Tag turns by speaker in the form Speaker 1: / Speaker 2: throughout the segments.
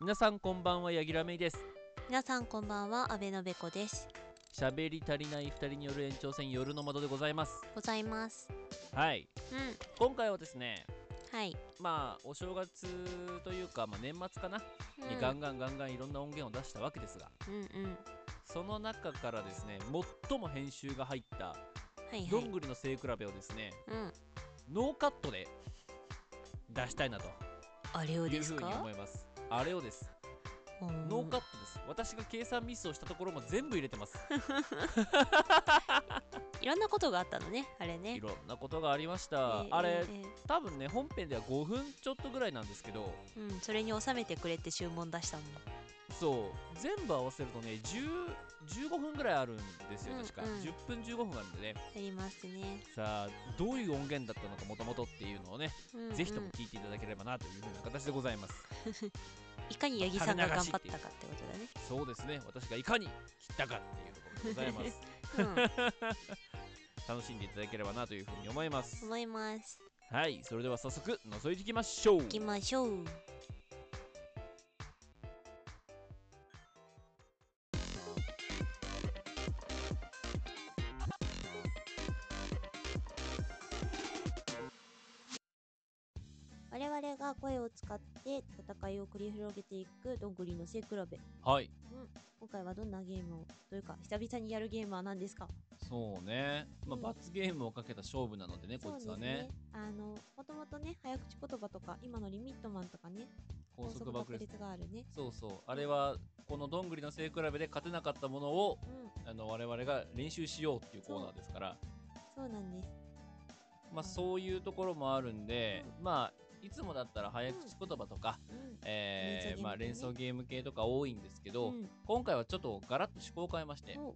Speaker 1: 皆さんこんばんはヤギラメイです
Speaker 2: 皆さんこんばんは阿部のべこです
Speaker 1: 喋り足りない2人による延長戦夜の窓でございます
Speaker 2: ございます
Speaker 1: はい
Speaker 2: うん
Speaker 1: 今回はですね
Speaker 2: はい、
Speaker 1: まあお正月というか、まあ、年末かな、
Speaker 2: うん、
Speaker 1: にガンガンガンガンいろんな音源を出したわけですが
Speaker 2: うんうん
Speaker 1: その中からですね最も編集が入った
Speaker 2: はいは
Speaker 1: どん
Speaker 2: い
Speaker 1: ぐりの背比べをですね
Speaker 2: うん
Speaker 1: ノーカットで出したいなと
Speaker 2: あれを
Speaker 1: い
Speaker 2: で
Speaker 1: うふ
Speaker 2: す
Speaker 1: うに思
Speaker 2: か
Speaker 1: いますあれをですノーカットで
Speaker 2: ッ
Speaker 1: す私が計算ミスをしたところも全部入れてます
Speaker 2: いろんなことがあったのねあれ
Speaker 1: い
Speaker 2: ね
Speaker 1: ろんなことがありました、
Speaker 2: えー
Speaker 1: あれ
Speaker 2: えーえ
Speaker 1: 多分ね本編では5分ちょっとぐらいなんですけど
Speaker 2: ーうんそれに収めてくれって注文出したもん
Speaker 1: そう全部合わせるとね10 15分ぐらいあるんですよ
Speaker 2: うん
Speaker 1: 確か、
Speaker 2: うん
Speaker 1: 10分15分あるんでね
Speaker 2: ありますね
Speaker 1: さあどういう音源だったのかもともとっていうのをね、
Speaker 2: うんうん
Speaker 1: ぜひとも聞いていただければなというふうな形でございます
Speaker 2: いかに八木さんが
Speaker 1: 垂れ流
Speaker 2: 頑
Speaker 1: し
Speaker 2: 張
Speaker 1: っ
Speaker 2: って
Speaker 1: いう
Speaker 2: たかってことだね
Speaker 1: そうですね私がいかに切ったかっていうところでございます
Speaker 2: う
Speaker 1: 楽しんでいただければなというふうに思いま
Speaker 2: ん
Speaker 1: す
Speaker 2: 思います
Speaker 1: はいそれでは早速覗いていきましょう
Speaker 2: 行きましょう
Speaker 3: 我々が声を使って戦いを繰り広げていくどんぐりの背比べ
Speaker 1: はい
Speaker 3: 今回はどんなゲームをというか久々にやるゲームは何ですか
Speaker 1: そうね、まあ、
Speaker 3: うん
Speaker 1: 罰ゲームをかけた勝負なのでね、こいつはね
Speaker 3: あのもともとね早口言葉とか今のリミットマンとかね
Speaker 1: 高速爆裂
Speaker 3: があるね
Speaker 1: そうそうあれはこのどんぐりの背比べで勝てなかったものを
Speaker 3: うん
Speaker 1: あの我々が練習しようっていうコーナーですから
Speaker 3: そうなんです
Speaker 1: まあそういうところもあるんで、まあいつもだったら早口言葉とか、
Speaker 3: うん
Speaker 1: えーまあ、連
Speaker 3: 連
Speaker 1: 想
Speaker 3: 想
Speaker 1: ゲーム系とか多いんですけど、
Speaker 3: うん
Speaker 1: 今回はちょっとガラッと趣向を変えまして、
Speaker 3: お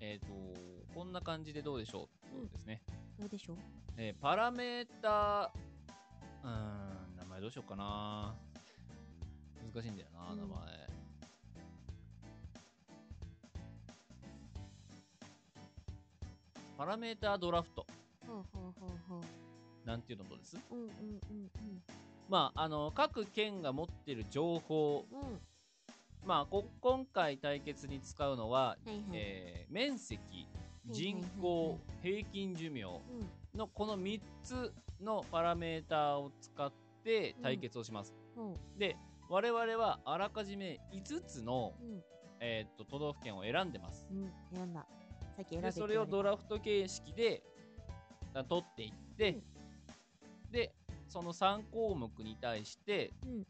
Speaker 1: えー、とこんな感じでどうでしょうってことですね、
Speaker 3: どうでしょう
Speaker 1: えーパラメータうーん名前どうしようかな難しいんだよな
Speaker 3: うん
Speaker 1: 名前、パラメータドラフト
Speaker 3: ほうほうほうほ
Speaker 1: なんていうのどうです
Speaker 3: ううんうんうん
Speaker 1: まああの各県が持ってる情報
Speaker 3: うんうんは
Speaker 1: まあこ今回対決に使うのは、
Speaker 3: いはい、
Speaker 1: えー面積
Speaker 3: い
Speaker 1: 人
Speaker 3: はいはい
Speaker 1: 口平均寿命
Speaker 3: うん
Speaker 1: のこの3つのパラメーターを使って対決をします、
Speaker 3: ほ
Speaker 1: で我々はあらかじめ5つの、
Speaker 3: ううん
Speaker 1: えーっと都道府県を選んでます
Speaker 3: うん選んださっき選べ
Speaker 1: で
Speaker 3: って
Speaker 1: それ
Speaker 3: 言わ
Speaker 1: を
Speaker 3: た
Speaker 1: ドラフト形式であ取っていって、
Speaker 3: うん
Speaker 1: でその3項目に対して、
Speaker 3: うん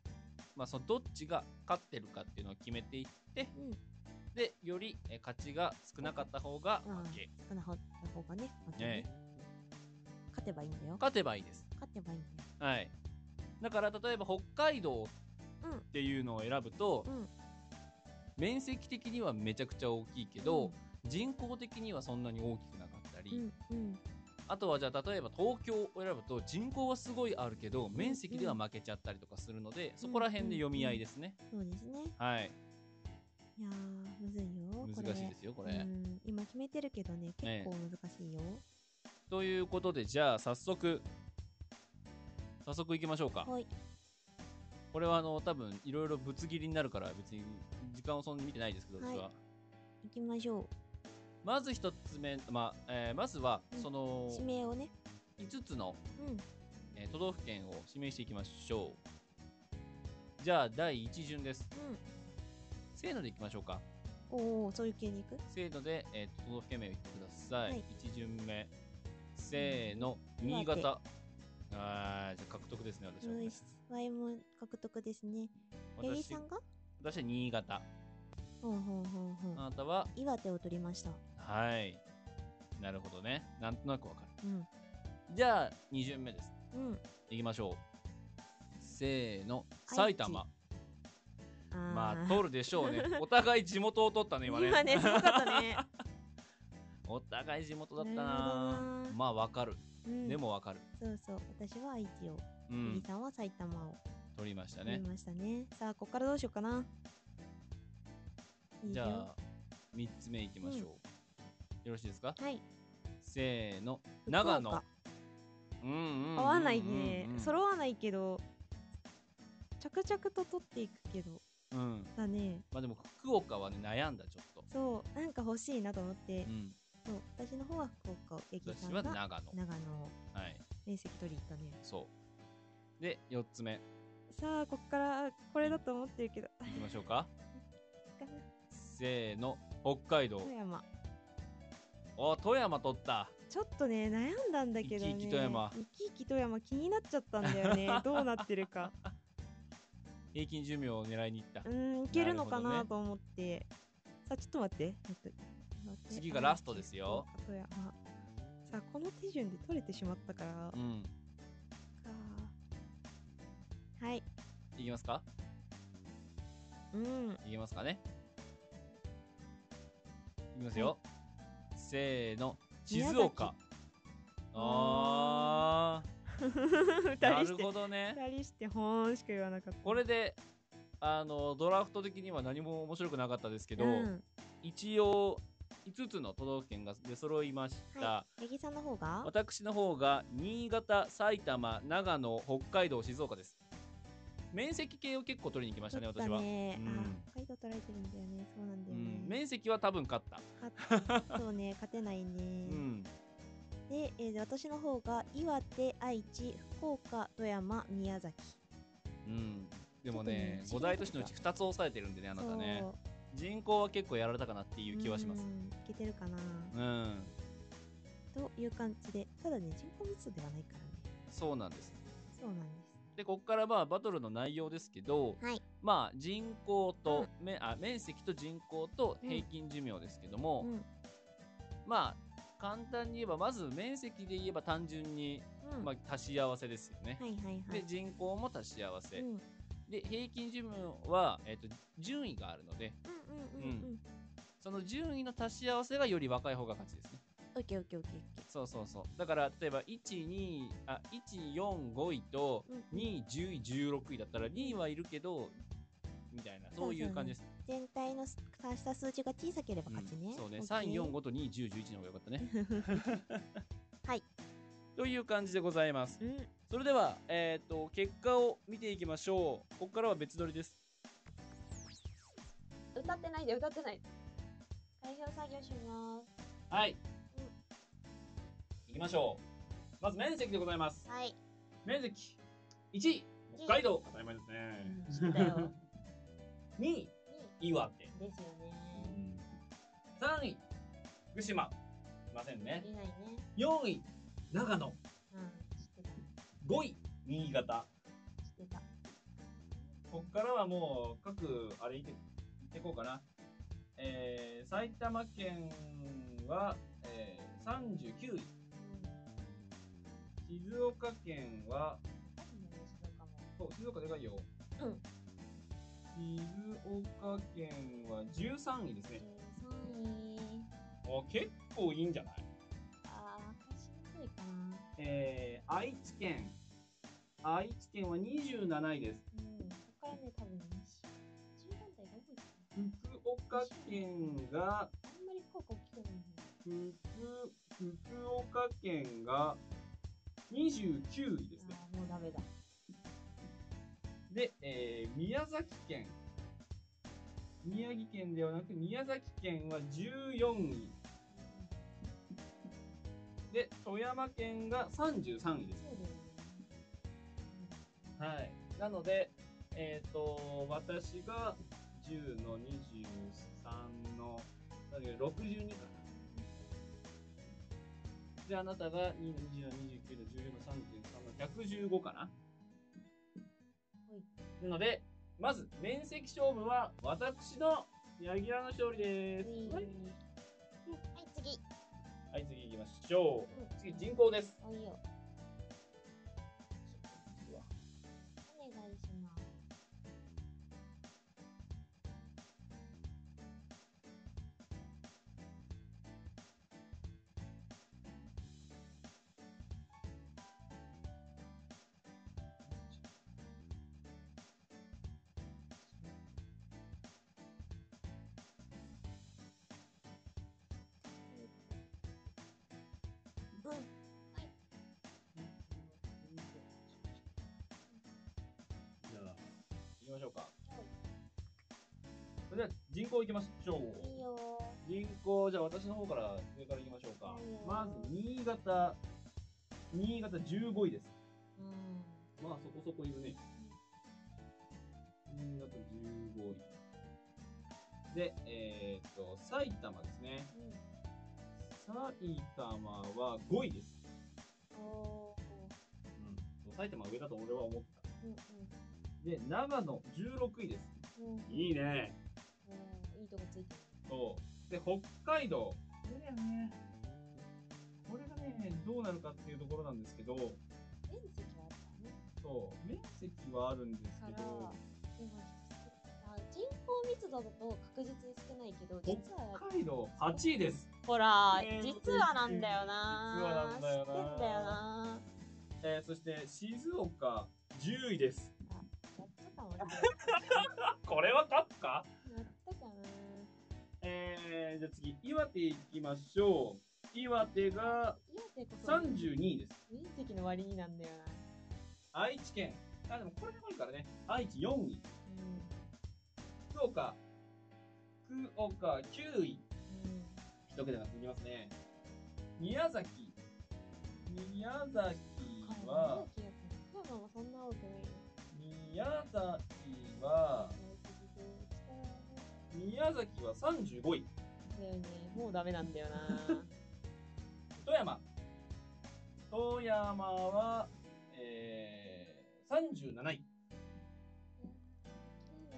Speaker 1: まあ、そのどっちが勝ってるかっていうのを決めていって
Speaker 3: うん
Speaker 1: でよりえー勝ちが少なかった方が
Speaker 3: うん
Speaker 1: 負け、
Speaker 3: 少ない方の方がね負けね勝てばいいんだよ
Speaker 1: 勝てばいいです
Speaker 3: 勝てばいいんだよ
Speaker 1: はいだから例えば北海道
Speaker 3: うん
Speaker 1: っていうのを選ぶと、
Speaker 3: うん
Speaker 1: 面積的にはめちゃくちゃ大きいけど、人口的にはそんなに大きくなかったり、
Speaker 3: うんうん
Speaker 1: あとはじゃあ例えば東京を選ぶと人口はすごいあるけど面積では負けちゃったりとかするので、そこら辺で読み合いですね、
Speaker 3: そうですね
Speaker 1: はい
Speaker 3: いやーむずいよ
Speaker 1: 難
Speaker 3: これ
Speaker 1: しいですよこれ
Speaker 3: うん今決めてるけどね
Speaker 1: ええ
Speaker 3: 結構難しいよ、
Speaker 1: ということでじゃあ早速早速いきましょうか、
Speaker 3: はい
Speaker 1: これはあの多分いろいろぶつ切りになるから別に時間をそんなに見てないですけど
Speaker 3: はい
Speaker 1: 私は、
Speaker 3: 行きましょ
Speaker 1: まず一つ目、まあえーまずは
Speaker 3: うん
Speaker 1: そうの
Speaker 3: 指名をね
Speaker 1: 5つの
Speaker 3: うん
Speaker 1: えー都道府県を指名していきましょうじゃあ第1順ですせーのでいきましょうか
Speaker 3: うんおおそういう系に行く
Speaker 1: せーので、えー都道府県名を言ってください、
Speaker 3: はい
Speaker 1: 1巡目せーの新
Speaker 3: 岩手
Speaker 1: 潟あーじゃあ獲得ですね私は、
Speaker 3: よしワイも獲得ですねエリ
Speaker 1: 私
Speaker 3: さんが
Speaker 1: 私は新潟
Speaker 3: ほうほうほうほ
Speaker 1: あ
Speaker 3: う
Speaker 1: なたは
Speaker 3: 岩手を取りました
Speaker 1: はいなるほどねなんとなくわかる
Speaker 3: うん
Speaker 1: じゃあ2巡目です
Speaker 3: うん
Speaker 1: いきましょうせーの埼
Speaker 3: 愛知
Speaker 1: 玉
Speaker 3: あー
Speaker 1: まあ取るでしょ うねお互い地元を取ったね今ね
Speaker 3: 今ねすごかったね
Speaker 1: お互い地元だったな
Speaker 3: なるほどな
Speaker 1: まあわかる、
Speaker 3: うん
Speaker 1: でもわかる
Speaker 3: そうそう私は愛知を
Speaker 1: う
Speaker 3: エリ
Speaker 1: ん
Speaker 3: さんは埼玉を
Speaker 1: 取りました
Speaker 3: 言い
Speaker 1: ね
Speaker 3: ましたね。さあ、ここからどうしようかな。いい
Speaker 1: じ
Speaker 3: よ
Speaker 1: ゃあ3つ目いきましょう、よろしいですか
Speaker 3: はい。
Speaker 1: せーの
Speaker 3: 福岡
Speaker 1: 長野うんうんうんうんうん
Speaker 3: 合わないね。揃わないけど、
Speaker 2: 着々と取っていくけど
Speaker 1: うん。
Speaker 2: だね
Speaker 1: まあでも、福岡はね、悩んだ、ちょっと。
Speaker 2: そうなんか欲しいなと思って
Speaker 1: う、ん。
Speaker 2: そう私の方は福岡駅さ
Speaker 1: 私
Speaker 2: ん
Speaker 1: は
Speaker 2: が
Speaker 1: 長野。
Speaker 2: 長野
Speaker 1: はい。
Speaker 2: 面積取り行ったね
Speaker 1: そう。で、4つ目、
Speaker 2: さあこっからこれだと思ってるけど
Speaker 1: いきましょうか。
Speaker 2: かな
Speaker 1: せーの、北海道
Speaker 2: 富。山
Speaker 1: お、富山取った。
Speaker 2: ちょっとね悩んだんだけどね
Speaker 1: 生き生き富山
Speaker 2: 生き生き富山気になっちゃったんだよね どうなってるか
Speaker 1: 平均寿命を狙いに行った
Speaker 2: う。ーんいけるのか
Speaker 1: な
Speaker 2: な
Speaker 1: る
Speaker 2: と思って、さあちょっと待ってえっと待って
Speaker 1: 次がラストですよ
Speaker 2: あ富山さあこの手順で取れてしまったから、か
Speaker 1: うん。
Speaker 2: はい
Speaker 1: いきますか
Speaker 2: うん
Speaker 1: いきますかねいきますよ、せーの静
Speaker 2: 宮崎
Speaker 1: 岡あ
Speaker 2: 2
Speaker 1: ーな
Speaker 2: 人
Speaker 1: る
Speaker 2: して
Speaker 1: ほどね
Speaker 2: 二人してほーんしか言わなかった
Speaker 1: これであのドラフト的には何も面白くなかったですけど、
Speaker 2: うん、
Speaker 1: 一応5つの都道府県が出揃いました、
Speaker 2: はい八木さんの方が
Speaker 1: 私の方が新潟埼玉長野北海道静岡です面積系を結構取りに行きましたね
Speaker 2: 取っ
Speaker 1: 私は、
Speaker 2: ね
Speaker 1: うん
Speaker 2: あー北海道取られてるんだよねそうなんだ
Speaker 1: う
Speaker 2: よね、
Speaker 1: ん、面積は多分勝った、
Speaker 2: 勝 っそうね勝てないね、
Speaker 1: うん、
Speaker 2: で、えー私の方が岩手愛知福岡富山宮崎
Speaker 1: うん、でもね、
Speaker 2: ち
Speaker 1: 五
Speaker 2: ょっとね
Speaker 1: 大都市のうち2つ抑えてるんでね、あなたね
Speaker 2: そ。う
Speaker 1: 人口は結構やられたかなっていう気はします
Speaker 2: う。んいけてるかな、
Speaker 1: うん、
Speaker 2: という感じでただね人口密度ではないからね
Speaker 1: そうなんです。
Speaker 2: そうなんで
Speaker 1: で、ここからまあバトルの内容ですけど、
Speaker 4: はい
Speaker 1: まあ人口と、めあ面積と人口と平均寿命ですけども、
Speaker 2: うん
Speaker 1: まあ簡単に言えば、まず面積で言えば単純に、
Speaker 2: す、うん
Speaker 1: まあ、足し合わせですよね。
Speaker 2: はいはいはい
Speaker 1: で、人口も足し合わせ。
Speaker 2: うん、うんうん
Speaker 1: で、平均寿命は、えっと順位があるので、
Speaker 2: うんうん
Speaker 1: うその順位の足し合わせがより若い方が勝ちですね。
Speaker 2: オッケーオッケーオッケーオッケ
Speaker 1: そうそうそう。だから、例えば、1、2、あ、1、4、5位と、
Speaker 2: ーうんうん
Speaker 1: 2、10位、16位だったら、2位はいるけど、みたいな、そういう感じです。
Speaker 2: 全体の足した数値が小さければ勝ちね、
Speaker 1: うんそうね。
Speaker 2: オッケー
Speaker 1: 3、4、5と2、10、11の方がよかったね。
Speaker 4: はい。
Speaker 1: という感じでございます。
Speaker 2: うん
Speaker 1: それでは、えっ、と、結果を見ていきましょう。ここからは別撮りです。
Speaker 2: 歌ってないで歌ってない開票作業します
Speaker 1: はい。いきましょう。まず面積でございます。
Speaker 4: はい。
Speaker 1: 面積1位、北海道。当たり前ですね。
Speaker 4: そうだよ。
Speaker 1: 2位、岩手。
Speaker 4: ですよね。
Speaker 1: 3位、福島。いませんね。
Speaker 4: 見ないね。
Speaker 1: 4位、長野。
Speaker 4: うん。知ってた。
Speaker 1: 5位、新潟。
Speaker 4: 知ってた。
Speaker 1: こっからはもう、各、あれいって、いってこうかな。えー、埼玉県は、えー、39位。静岡県は、そう、静岡でかいよ。
Speaker 4: うん
Speaker 1: 静岡県は13位ですね。
Speaker 4: 三位。
Speaker 1: お結構いいんじゃない
Speaker 4: ああ、分かりしにくいかな。
Speaker 1: えー、愛知県。愛知県は27位です。
Speaker 4: うん。ここからね、多分ね、し中団体が多いかな。
Speaker 1: 福岡県が、
Speaker 4: あんまり効果大きくないね。
Speaker 1: 福、福岡県が29位ですね。
Speaker 4: ああ、もうダメだ。
Speaker 1: で、えー宮崎県。宮城県ではなく、宮崎県は14位。で、富山県が33位です。
Speaker 4: そうだよね。
Speaker 1: はい。なので、えっ、と、私が10の23の、なんだっけ62かな。で、あなたが2の20の29の14の33の115かな。なので、まず、面積勝負は私の柳楽の勝利です。
Speaker 4: うんは
Speaker 1: はい、
Speaker 4: い、次。
Speaker 1: はい次行きましょ
Speaker 4: う
Speaker 1: う。次、人口です。
Speaker 4: おいよ。お願いします。うん。はい。
Speaker 1: きましょうか。
Speaker 2: はい
Speaker 1: それでは人口いきましょう。
Speaker 2: いいよ
Speaker 1: 人口、じゃあ私の方から上からいきましょうか
Speaker 2: はいよ。
Speaker 1: まず、新潟、新潟15位です。
Speaker 3: うん。
Speaker 1: まあそこそこいるね。新潟15位。で、えーっと、埼玉ですね。
Speaker 2: ー。
Speaker 1: 埼玉は5位です。
Speaker 2: うん。おー。
Speaker 1: うん。埼玉は上だと俺は思った。
Speaker 2: うん
Speaker 1: で、長野16位です。
Speaker 2: うん。うん。
Speaker 1: いいね。
Speaker 2: うんいいとこついてる。
Speaker 1: そう。で、北海道。これだよね。これがね、どうなるかっていうところなんですけど、
Speaker 2: 面積はあったね。
Speaker 1: そう、面積はあるんですけど、
Speaker 2: でも、あ人口密度だと確実に少ないけど、実は、
Speaker 1: 北海道8位です。
Speaker 3: ほら
Speaker 1: ね、え
Speaker 3: 実はなんだよな。
Speaker 1: 実はなんだよな
Speaker 3: 知ってんだよな。
Speaker 1: えー、そして静岡10位です。
Speaker 2: やったかもな。やっ
Speaker 1: これは勝つか
Speaker 2: たかな。
Speaker 1: えー、じゃあ次、岩手行きましょう。岩手が
Speaker 2: 岩手こそ、
Speaker 1: 32位です。
Speaker 2: 面積の割になんだよな。
Speaker 1: 愛知県。あ、でもこれでもいいからね。愛知4位。
Speaker 2: うん。
Speaker 1: 福岡。福岡9位。
Speaker 2: うん。
Speaker 1: 一桁が続きますね。宮崎。宮崎は、
Speaker 2: 宮崎やから福山もそんな多くないよ。
Speaker 1: 宮崎は、
Speaker 2: 面積で北はね
Speaker 1: 宮崎は35位。
Speaker 2: だよね。もうダメなんだよな。
Speaker 1: 富山。富山は、えー、37位。
Speaker 2: 宮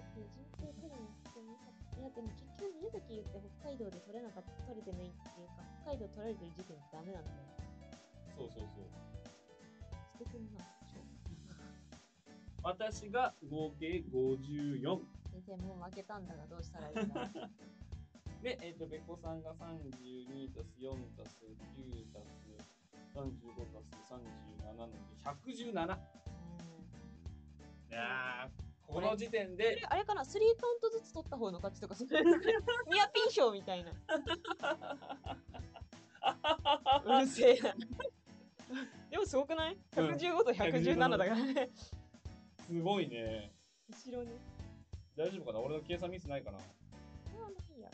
Speaker 2: 崎人口くらい少なかった。いや、でも結局宮崎言って北海道で取れなかった、取れてないっていうか、北海道取られてる時点でダメなんだよ。
Speaker 1: そうそうそう。
Speaker 2: してくんな。
Speaker 1: 私が合計54。
Speaker 2: 先生、もう負けたんだがどうしたらいいんだ
Speaker 1: で、えっ、と、べこさんが32たす4たす9たす35たす37なので117。いやー、この時点で、
Speaker 2: あれかな、スリーカウントずつ取った方の勝ちとか、そんな ニアピン賞みたいな。うるせえな。でもすごくない
Speaker 1: うん
Speaker 2: ?115 と117だから ね。
Speaker 1: すごいね。
Speaker 2: 後ろに。
Speaker 1: 大丈夫かな俺の計算ミスないかな
Speaker 2: それはないや。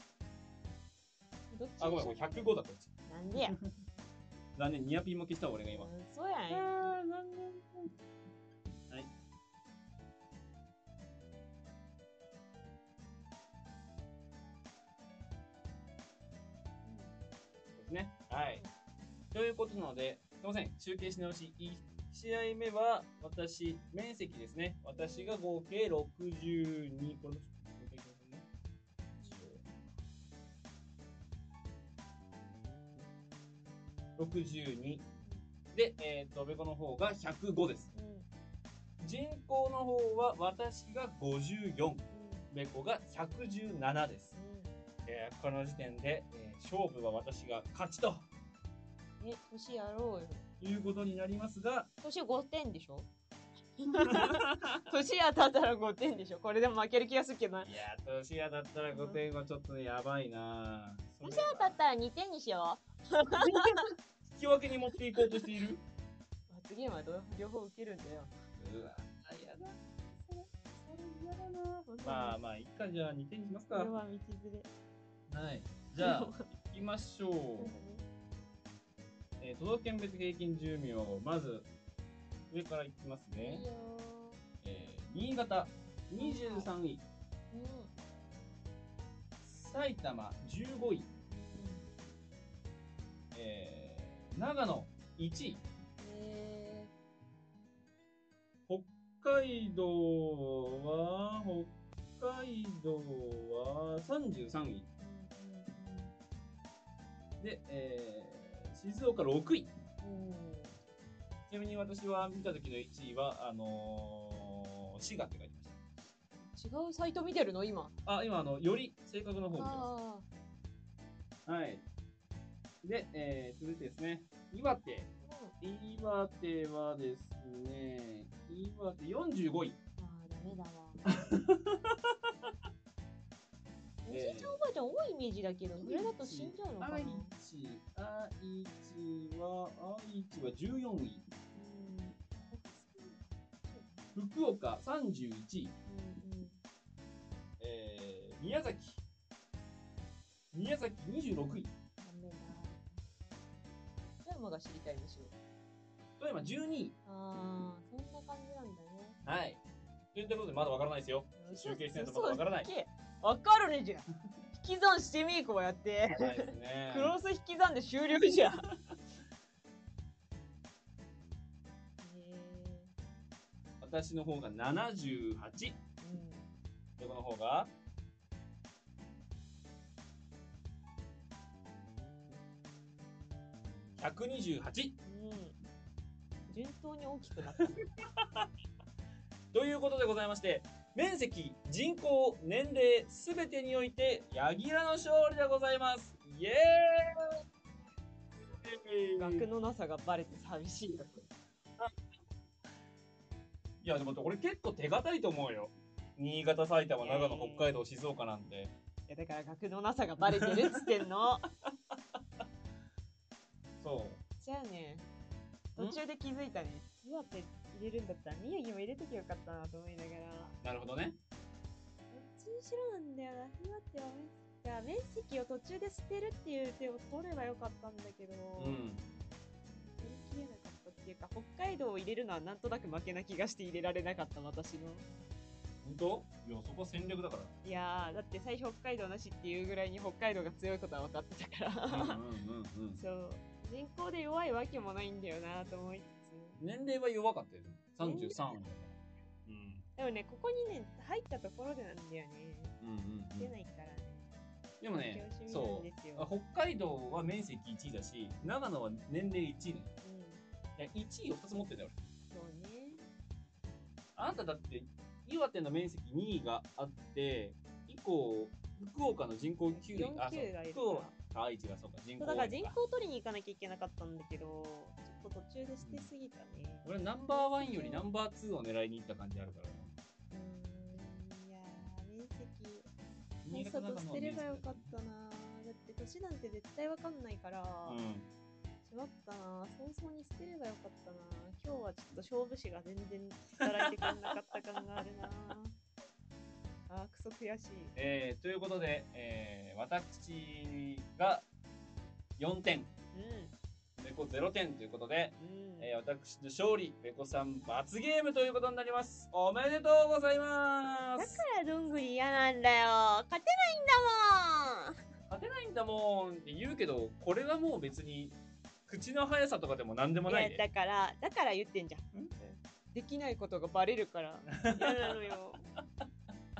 Speaker 2: どっち
Speaker 1: あ、ごめん、これ105だった。
Speaker 2: なんでや。
Speaker 1: 残念、ニアピン負けしたわ俺が 今。
Speaker 2: うんそうやん。
Speaker 1: はい。ですね。はい。ということなので、すいません、中継し直し、1試合目は私、面積ですね。私が合計62。これもちょっと合計しますね。62で、えっ、と、べこの方が105です。
Speaker 2: うん。うん。
Speaker 1: 人口の方は私が54、べこが117です。えーこの時点で、えー勝負は私が勝ちと
Speaker 2: うん。え、年やろうよ。
Speaker 1: いうことになりますが、
Speaker 2: 年5点でしょ年当たったら5点でしょこれでも負ける気がするけどない
Speaker 1: やー、年がだったら5点はちょっとね、やばいなぁ。
Speaker 2: 年当たったら2点にしよ
Speaker 1: 引き分けに持っていこうとしている
Speaker 2: う罰ゲームはど両方受けるんだよ
Speaker 1: うわ、やだ。
Speaker 2: それ嫌だな
Speaker 1: まあまあ、いっか、じゃあ2点にしますか。
Speaker 2: これ
Speaker 1: は
Speaker 2: は道連れ
Speaker 1: い。じゃあ、 行きましょう。えー都道府県別平均寿命、まず、上からいきますね
Speaker 2: いい。よ
Speaker 1: えー新潟、23位。
Speaker 2: ーうん
Speaker 1: 埼玉、15位。えー長野、1位。
Speaker 2: え
Speaker 1: 北海道は、北海道は33位。
Speaker 2: ーう
Speaker 1: で、えー静岡6位。
Speaker 2: んうんうんうん
Speaker 1: ちなみに私は見た時の1位は、あのー、滋賀って書いてまし
Speaker 2: 違うサイト見てるの今
Speaker 1: た。あ、今、あの、より正確な方を見てま
Speaker 2: ああ
Speaker 1: す。はい。で、えー続いてですね、岩手。岩手はですね、岩手45位。
Speaker 2: あーダメだわおじ
Speaker 1: えー
Speaker 2: いちゃんおばあちゃん多いイメージだけどそれだと死んじゃうのかな
Speaker 1: 愛知、愛知は、愛知は14位。
Speaker 2: うん
Speaker 1: 福岡31位。
Speaker 2: うんうん
Speaker 1: 宮崎。宮崎26位。
Speaker 2: ダメだ。富山が知りたいでしょ。
Speaker 1: 富山12位。
Speaker 2: ああ、そんな感じなんだね。
Speaker 1: はい。といったことで、まだわからないですよ。集計してんのまだわからない
Speaker 2: 嘘つけ。わかるねじゃん。引き算してみーこは やって。
Speaker 1: ないですね。
Speaker 2: クロス引き算で終了 じゃん。へえ。
Speaker 1: 私の方が78。
Speaker 2: うん。
Speaker 1: 横の方が128
Speaker 2: うん。順当に大きくなった。
Speaker 1: ということでございまして面積人口年齢すべてにおいて柳楽の勝利でございますイエー
Speaker 2: 額
Speaker 1: イ
Speaker 2: のなさがバレて寂しいよ。
Speaker 1: いやでも俺結構手堅いと思うよ新潟埼玉長野
Speaker 2: いやいやいや
Speaker 1: 北海道静岡なんて
Speaker 2: いやだから額のなさがバレてるっつってんの。
Speaker 1: そう
Speaker 2: じゃあね。途中で気づいたね。岩手入れるんだったら宮城も入れときゃよかったなと思いながら。
Speaker 1: なるほどね
Speaker 3: どっちにしろなんだよな。今っては面積だから面積を途中で捨てるっていう手を取ればよかったんだけど、
Speaker 1: うん
Speaker 2: 取り切れなかったっていうか、北海道を入れるのはなんとなく負けな気がして入れられなかった私の。
Speaker 1: 本当いやそこは戦略だから
Speaker 2: いやー、だって最初北海道なしっていうぐらいに北海道が強いことは分かってたか
Speaker 1: うんうん
Speaker 2: ら。
Speaker 1: うんうん
Speaker 2: そう。人口で弱いわけもないんだよなと思いつつ。
Speaker 1: 年齢は弱かったよね。33だから。
Speaker 2: でもね、ここにね、入ったところでなんだよね。
Speaker 1: うん。うんうん、う
Speaker 2: 出
Speaker 1: ん
Speaker 2: な。いからね。
Speaker 1: でもね、そ
Speaker 2: んです
Speaker 1: う。
Speaker 2: よ。
Speaker 1: 北海道は面積1位だし、長野は年齢1位なの
Speaker 2: うん、
Speaker 1: いや、1位を2つ持ってんだよ、俺
Speaker 2: そうね。
Speaker 1: あなただって、岩手の面積2位があって、以降、福岡の人口9位。あ、そう
Speaker 2: 49がいる。
Speaker 1: 福岡、あ、1がそうか、人口
Speaker 2: そうだから
Speaker 1: 多い
Speaker 2: 人
Speaker 1: のか
Speaker 2: 口取りに行かなきゃいけなかったんだけど、ちょっと途中で捨てすぎたね。
Speaker 1: 俺、ナンバーワンよりナンバーツーを狙いに行った感じあるからね。
Speaker 2: うーん、いやー、面積、
Speaker 1: 新
Speaker 2: さ
Speaker 1: 潟の中
Speaker 2: と捨
Speaker 1: の面積
Speaker 2: てれ
Speaker 1: だ
Speaker 2: ばよかったなだって年なんて絶対わかんないから、
Speaker 1: うん。
Speaker 2: しまったな早々に捨てればよかったな今日はちょっと勝負師が全然働いてくれなかった感があるな あー、クソ悔しい。
Speaker 1: えー、ということで、えー、私が4点。
Speaker 2: う
Speaker 1: ベコ0点ということで、
Speaker 2: ん。うん。
Speaker 1: えー私の勝利、ベコさん罰ゲームということになります。おめでとうございま
Speaker 3: だ
Speaker 1: す
Speaker 3: からどんぐり嫌なんだよ。勝てないんだもん。
Speaker 1: 勝てないんだもんって言うけど、これはもう別に、口の速さとかでも何でもない
Speaker 2: い
Speaker 1: で。
Speaker 2: やだからだから言ってんじゃん
Speaker 1: ん
Speaker 2: できないことがバレるから嫌 なのよ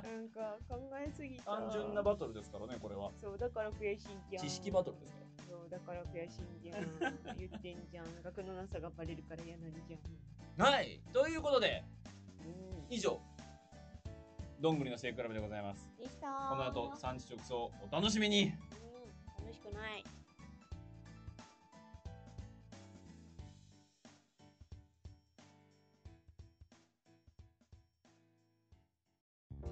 Speaker 2: なんか考えすぎた
Speaker 1: 単純なバトルですからね、これは。
Speaker 2: そうだから悔しいじゃん
Speaker 1: 知識バトルですから。
Speaker 2: そうだから悔しいじゃん言ってんじゃん額のなさがバレるから嫌なんじゃん
Speaker 1: はいということで、
Speaker 2: うん
Speaker 1: 以上、どんぐりの背比べでございます。
Speaker 3: でした
Speaker 1: この後、産地直送、お楽しみに
Speaker 3: うん、楽しくない。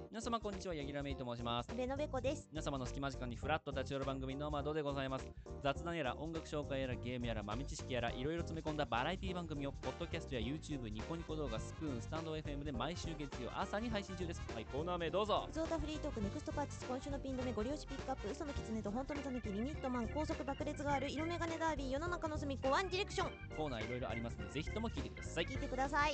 Speaker 1: 皆様こんにちは、ヤギラメイと申します。
Speaker 3: ベノベコです。
Speaker 1: 皆様の隙間時間にフラッと立ち寄る番組の窓でございます雑談やら音楽紹介やらゲームやら豆知識やらいろいろ詰め込んだバラエティ番組をポッドキャストや YouTube ニコニコ動画スプーンスタンド FM で毎週月曜朝に配信中ですはいコーナー名どうぞ
Speaker 3: ゾータフリートークネクストパーチス今週のピン止めゴリ押しピックアップ嘘のキツネと本当のたぬきリミットマン高速爆裂ガール色眼鏡ダービー世の中の隅っこワンディレクション
Speaker 1: コーナーいろいろありますのでぜひとも聞いてください
Speaker 3: 聞いてください